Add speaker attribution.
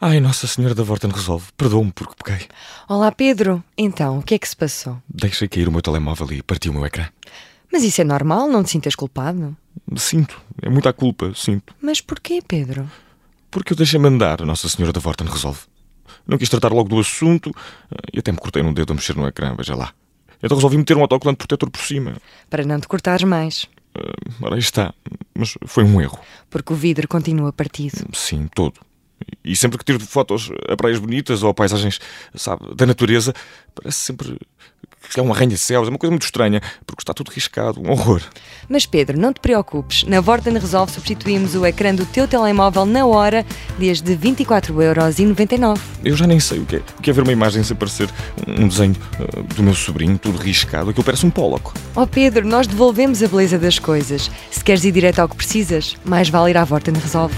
Speaker 1: Ai, Nossa Senhora da Vorten resolve. Perdoa-me porque pequei.
Speaker 2: Olá, Pedro. Então, o que é que se passou?
Speaker 1: Deixei cair o meu telemóvel e parti o meu ecrã.
Speaker 2: Mas isso é normal, não te sintas culpado?
Speaker 1: Sinto. É muita culpa, sinto.
Speaker 2: Mas porquê, Pedro?
Speaker 1: Porque eu deixei-me andar, Nossa Senhora da Vorten resolve. Não quis tratar logo do assunto eh, e até me cortei num dedo a mexer no ecrã, veja lá. Então resolvi meter um autocolante protetor por cima.
Speaker 2: Para não te cortares mais,
Speaker 1: Ah, Ora, aí está. Mas foi um erro.
Speaker 2: porque o vidro continua partido.
Speaker 1: Sim, todo. E sempre que tiro fotos a praias bonitas ou a paisagens, sabe, da natureza, parece sempre que é um arranha-céus, é uma coisa muito estranha, porque está tudo riscado, um horror.
Speaker 2: Mas, Pedro, não te preocupes. Na Vorten Resolve substituímos o ecrã do teu telemóvel na hora desde 24,99€.
Speaker 1: Eu já nem sei o que é. O que é ver uma imagem sem parecer um desenho eh, do meu sobrinho, tudo riscado, aquilo parece um póloco.
Speaker 2: Oh, Pedro, nós devolvemos a beleza das coisas. Se queres ir direto ao que precisas, mais vale ir à Vorten Resolve.